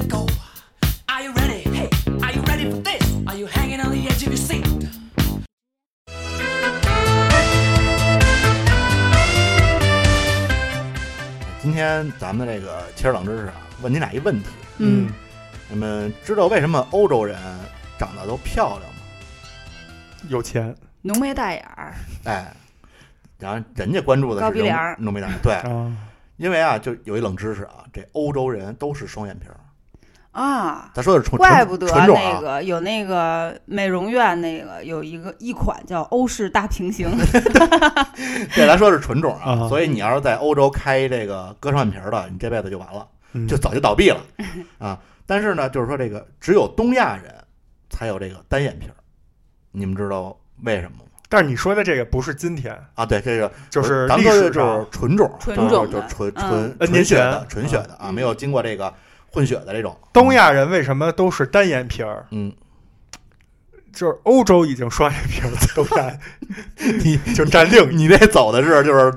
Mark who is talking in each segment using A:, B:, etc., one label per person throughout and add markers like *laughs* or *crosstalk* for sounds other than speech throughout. A: to go. Are you ready? Hey, are you ready for this? Are you hanging on the edge of your seat?
B: 今天咱们这个切耳冷知识啊，问你俩一问题：
C: 嗯，
B: 你们知道为什么欧洲人长得都漂亮吗？
D: 有钱
E: 浓眉大眼儿，
B: 哎，然后人家关注的是
E: 高鼻
B: 浓
E: 梁儿
B: 浓眉大眼。对，
D: 啊！
B: 因为啊，就有一冷知识啊，这欧洲人都是双眼皮儿。
E: 啊，
B: 咱说的是纯
E: 怪不得
B: 纯种
E: 那
B: 啊，
E: 个有那个美容院那个有一个一款叫欧式大平行，
B: *laughs* 对，咱说的是纯种啊。
D: 啊
B: 所以你要是在欧洲开这个割双眼皮儿的，你这辈子就完了。
D: 嗯
B: 就早就倒闭了
E: 嗯
B: 啊。但是呢，就是说这个只有东亚人才有这个单眼皮儿，你们知道为什么吗？
D: 但是你说的这个不是今天，
B: 啊，对，这个
D: 就是
B: 咱
D: 历
B: 们说的
D: 史
B: 就是
D: 上
B: 纯种，
E: 纯
B: 就是
E: 种的
B: 就是纯
E: 嗯
B: 纯
D: 呃
B: 纯血的
D: 年前
B: 纯血的啊，
E: 嗯
B: 没有经过这个混血的这种
D: 东。亚人为什么都是单眼皮儿？
B: 嗯，
D: 就是欧洲已经双眼皮
B: *laughs*
D: 儿了，都占
B: 你 *laughs*
D: 就占另一。
B: 你这走的是就是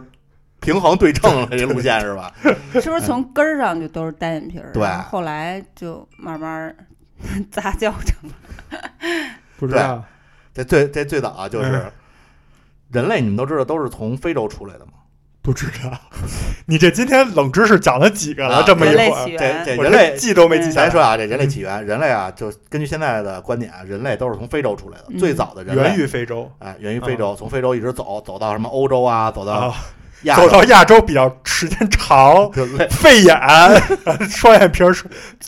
B: 平衡对称了这路线是吧？
E: 是不是从根儿上就都是单眼皮儿？
B: 对
E: 然后后来就慢慢儿 *laughs* 杂交成了
D: 不知道
B: 这最这最早啊，就是
D: 嗯
B: 人类，你们都知道都是从非洲出来的嘛。
D: 不知道，你这今天冷知识讲了几个了？
B: 啊
D: 这么一
E: 人类
D: 会
E: 起
D: 儿，
B: 这
E: 源。
B: 这
D: 我
B: 人类
D: 这记都没记下
B: 咱
D: 来。
B: 说啊，这人类起源，人类啊，就根据现在的观点啊，人类都是从非洲出来的，
E: 嗯
B: 最早的人类
D: 源于非洲
B: 哎，源于非洲，从非洲一直走走到什么欧洲啊，走
D: 啊
B: 到，亚
D: 走
B: 洲，
D: 到亚洲比较时间长，
B: 就类？
D: 肺炎、双眼皮儿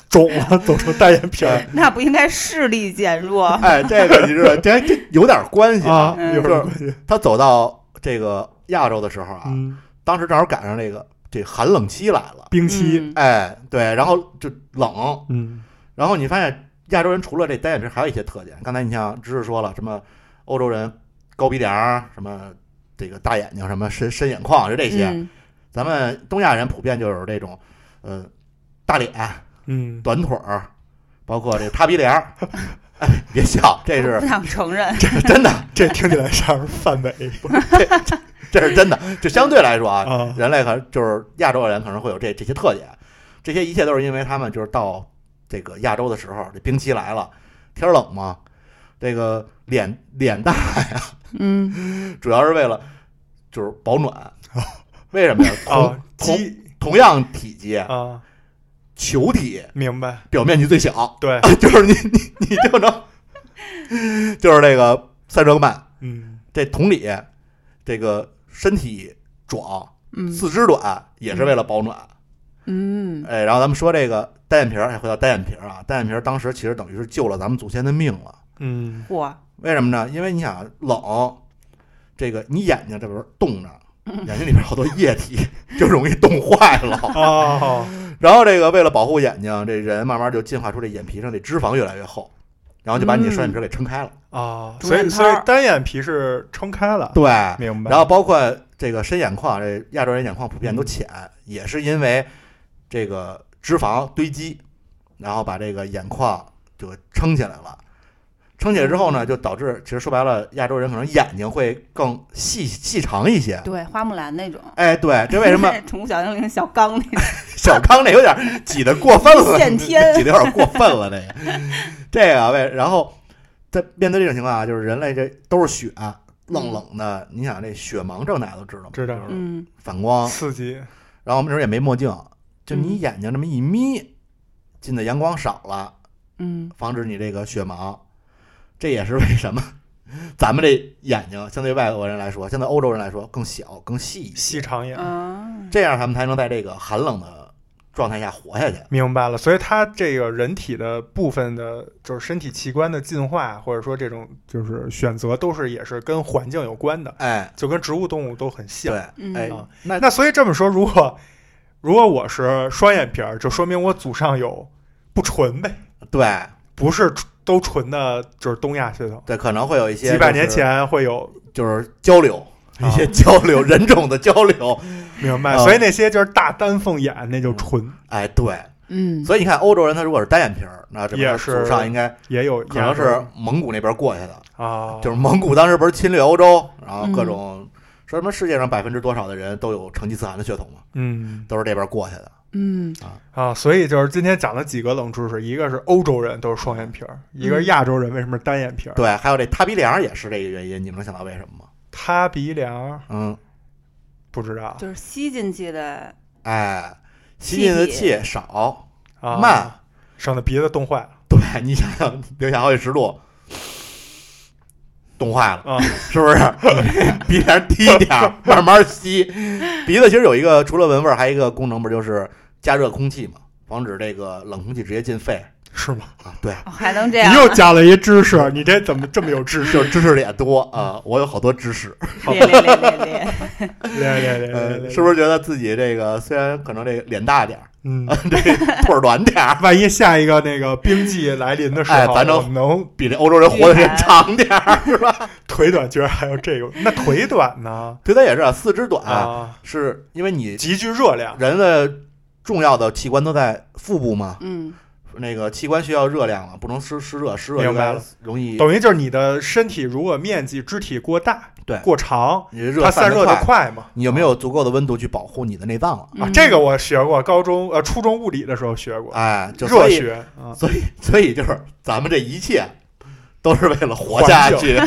D: 肿了，走成单眼皮儿
E: 那不应该视力减弱
B: 哎，这个你知道，这这有点关系
D: *laughs* 啊，
E: 嗯
D: 有什么关系？
B: 他走到这个亚洲的时候啊，
D: 嗯，
B: 当时正好赶上这个这寒冷期来了，
D: 冰期，
E: 嗯
B: 哎，对，然后就冷，
D: 嗯
B: 然后你发现亚洲人除了这单眼皮儿，还有一些特点。刚才你像知识说了，什么欧洲人高鼻梁儿，什么这个大眼睛，什么深深眼眶，就这些。
E: 嗯
B: 咱们东亚人普遍就是这种，呃，大脸、
D: 嗯，
B: 短腿儿，包括这个塌鼻梁儿。哎，别笑，这
E: 嗯不 *laughs*
B: 是
E: 想承认。
B: 这是真的，
D: 这听起来像是范伟
B: 这是真的。就相对来说啊，
D: *laughs* 啊，
B: 人类可能就是亚洲人可能会有这这些特点，这些一切都是因为他们就是到这个亚洲的时候，这冰期来了，天儿冷嘛，这个脸脸大，
E: 嗯，
B: 主要是为了就是保暖。为什么呀？同
D: 啊，
B: 同
D: 鸡
B: 同样体积，
D: 啊，
B: 球体
D: 明白，
B: 表面积最小， *laughs*
D: 对，
B: 就是你你你就能，就是这个散热慢。
D: 嗯，
B: 这同理，这个身体壮，
E: 嗯
B: 四肢短，也是为了保暖。
E: 嗯，
B: 哎，然后咱们说这个单眼皮儿，哎，回到单眼皮儿啊，单眼皮儿当时其实等于是救了咱们祖先的命了。
D: 嗯，
E: 嚯，
B: 为什么呢？因为你想啊冷，这个你眼睛这边冻着，眼睛里边好多液体，就容易冻坏了。
D: *laughs* 哦，
B: 然后这个为了保护眼睛，这人慢慢就进化出这眼皮上这脂肪越来越厚，然后就把你的双眼皮儿给撑开了。啊
D: 哦，
E: 独
D: 所
E: 眼
D: 以
E: 套
D: 所以单眼皮是撑开了，
B: 对，
D: 明白。
B: 然后包括这个深眼眶，这亚洲人眼眶普遍都浅，也是因为这个脂肪堆积，然后把这个眼眶就撑起来了。撑起来之后呢，就导致其实说白了，亚洲人可能眼睛会更细细长一些。
E: 对，花木兰那种。
B: 哎，对，这为什么
E: *laughs* 宠物小精灵小刚那
B: 小康这有点挤得过分了？
E: 见
B: *laughs*
E: 天
B: 挤得有点过分了，这个这个啊为然后在面对这种情况啊，就是人类这都是血、冷冷的。你想这血盲症大家都知道吗？
D: 知道
B: 就是
E: 嗯，
B: 反光，
D: 刺激，
B: 然后我们那时候也没墨镜，就你
E: 嗯
B: 眼睛这么一眯，进的阳光少了，
E: 嗯
B: 防止你这个血盲。这也是为什么 *laughs* 咱们这眼睛相对外国人来说，相对欧洲人来说更小、更细一些，
D: 细长眼，
E: 啊，
B: 这样他们才能在这个寒冷的状态下活下去。
D: 明白了，所以它这个人体的部分的，就是身体器官的进化，或者说这种就是选择，都是也是跟环境有关的，
B: 哎，
D: 就跟植物动物都很像
B: 对，。
E: 嗯
B: 哎
D: 啊，
B: 那
D: 那所以这么说，如果如果我是双眼皮儿，就说明我祖上有不纯呗，
B: 对
D: 不是纯都纯的，就是东亚血统。
B: 对，可能会有一些
D: 几百年
B: 就是
D: 前哦会有
B: 就是交流，一些交流， *laughs* 人种的交流。
D: 明白，
B: 啊
D: 所以那些就是大丹凤眼，那就纯
B: 哎，对，
C: 嗯，
B: 所以你看欧洲人他如果是单眼皮儿，那这边
D: 也是
B: 祖上应该
D: 也有
B: 可能
D: 亚洲
B: 是蒙古那边过去的，
D: 啊，
B: 就是蒙古当时不是侵略欧洲，然后各种说什么世界上百分之多少的人都有成吉思汗的血统嘛，
D: 嗯
B: 都是这边过去的。
C: 嗯
D: 啊，所以就是今天讲了几个冷知识，一个是欧洲人都是双眼皮儿，一个是亚洲人为什么是单眼皮儿？
B: 嗯对，还有这塌鼻梁也是这个原因，你们能想到为什么吗？
D: 塌鼻梁
B: 嗯，
D: 不知道
E: 就是吸进去的，
B: 哎，吸进的气少
D: 啊，
B: 慢，
D: 省得鼻子冻坏了
B: 对你想想零下好几十度。冻坏了， *laughs*
D: 啊，
B: 是不是？鼻梁低一点儿，慢慢吸。鼻子其实有一个，除了闻味儿，还有一个功能，不就是加热空气嘛，防止这个冷空气直接进肺
D: 是吗？
B: 啊？对，
E: 哦还能这
D: 你
E: 样？
D: 又讲了一知识， *laughs* 你这怎么这么有知识？
B: 就是知识点多
D: 嗯
B: 啊，我有好多知识，
E: 咧咧咧咧咧，
D: 对对对
B: 呃，
D: 对，
B: 是不是觉得自己这个虽然可能这个脸大点
D: *laughs*
B: 儿，
D: 嗯，
B: 腿儿短点儿，
D: 万一下一个那个冰季来临的时
B: 哎
D: 候，
B: 咱能
D: 我们能
B: 比这欧洲人活的时间
D: 啊
B: 长点儿，是吧？
D: 腿短，居然还有这个，那腿短呢？
B: 对，他也是啊四肢短，
D: 啊，
B: 是因为你
D: 极具热量，
B: 人的重要的器官都在腹部嘛，
E: 嗯，
B: 那个器官需要热量了，不能湿湿热，湿热
D: 明
B: 就
D: 白了
B: 该容易
D: 等于就是你的身体如果面积肢体过大、
B: 对
D: 过长，
B: 你热
D: 它散热
B: 得
D: 的快嘛。
B: 你有没有足够的温度去保护你的内脏了？
E: 嗯
D: 啊？这个我学过，高中呃初中物理的时候学过，
B: 哎，就
D: 热
B: 所以
D: 学啊，
B: 所以所以就是咱们这一切都是为了活下
D: *laughs*
B: 去，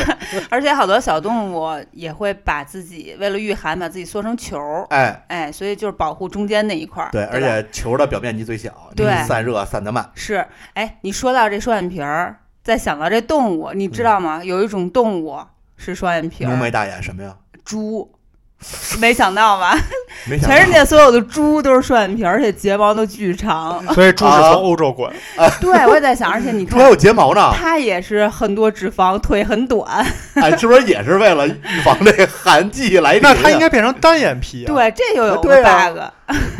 E: 而且好多小动物也会把自己为了御寒，把自己缩成球儿，
B: 哎，
E: 哎，所以就是保护中间那一块儿。
B: 对，
E: 对，
B: 而。且球的表面积最小，你
E: 对
B: 散热散得慢，
E: 是，哎，你说到这双眼皮儿，再想到这动物，你知道吗？有一种动物是双眼皮
B: 浓眉
E: 儿，
B: 大眼什么呀？
E: 猪。没想到吧？
B: 没想到
E: 全世界所有的猪都是双眼皮儿，而且睫毛都巨长。
D: 所以猪是
B: 啊
D: 从欧洲过来，
E: *laughs* 对，我也在想，而且你
B: 猪还有
E: 看，
B: 睫毛
E: *laughs*
B: 呢，
E: 它也是很多脂肪，腿很短。
B: 哎，是不是也是为了预防这寒季来临啊？
D: 那它应该变成单眼皮啊。，
E: 对，这又有个
B: 对啊
E: bug。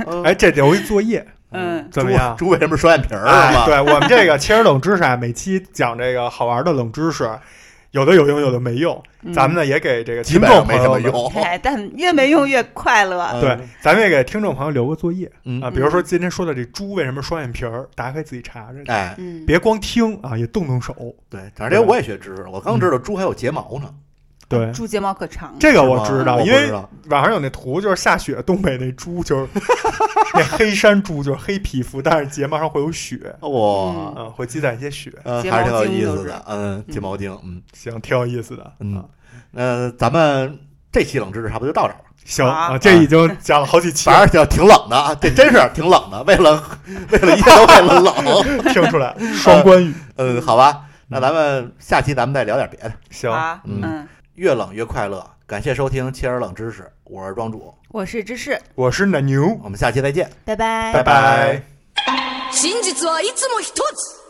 B: 嗯
D: 哎，这留一作业，
E: 嗯，
D: 怎么样？
B: 猪猪为什 *laughs* 么是双眼皮儿是
D: 哎，
B: 吧？
D: 对我们这个其实冷知识啊，每期讲这个好玩的冷知识，有的有用，有的没用。
E: 嗯
D: 咱们呢也给这个
B: 基
D: 听
B: 本
D: 众
B: 上没
D: 朋
B: 什
D: 友
B: 么
D: 们
B: 用。
E: 哎，但越没用越快乐。
B: 嗯
D: 对，咱们也给听众朋友留个作业
B: 嗯
D: 啊，比如说今天说的这猪为什么双眼皮儿，大家可以自己查查，
B: 哎，
E: 嗯，
D: 别光听啊，也动动手。
B: 对，反正这个我也学知识了，我刚知道猪还有睫毛呢，
D: 对，
E: 猪睫毛可长。
D: 这个
B: 是
D: 我
B: 吗
D: 知道，
B: 我不
D: 因为
B: 知道
D: 网上有那图，就是下雪，东北那猪就是 *laughs* 那黑山猪，就是黑皮肤，但是睫毛上会有雪，
B: 哇，
D: 嗯，会积攒一些雪，
B: 嗯，
E: 睫
B: 还是挺
E: 毛
B: 有
E: 精
B: 意
E: 都
B: 思
E: 是
B: 的，嗯，睫毛精，嗯。
D: 行，挺有意思的。啊
B: 嗯，那咱们这期冷知识差不多就到这儿了。
D: 行
E: 好
D: 啊，这已经讲了好几期
B: *laughs*
D: 了，
B: 反正就挺冷的啊，这真是挺冷的。为了为了一切都为了冷， *laughs*
D: 听出来双关语。
B: 嗯，好吧，那咱们下期咱们再聊点别的，
D: 行，
E: 啊，
B: 嗯
E: 嗯，
B: 越冷越快乐。感谢收听《切尔冷知识》，我是庄主，
E: 我是芝士，
D: 我是奶牛，
B: 我们下期再见。
E: 拜拜
B: 拜拜
D: 拜。
F: 真実はいつも一つ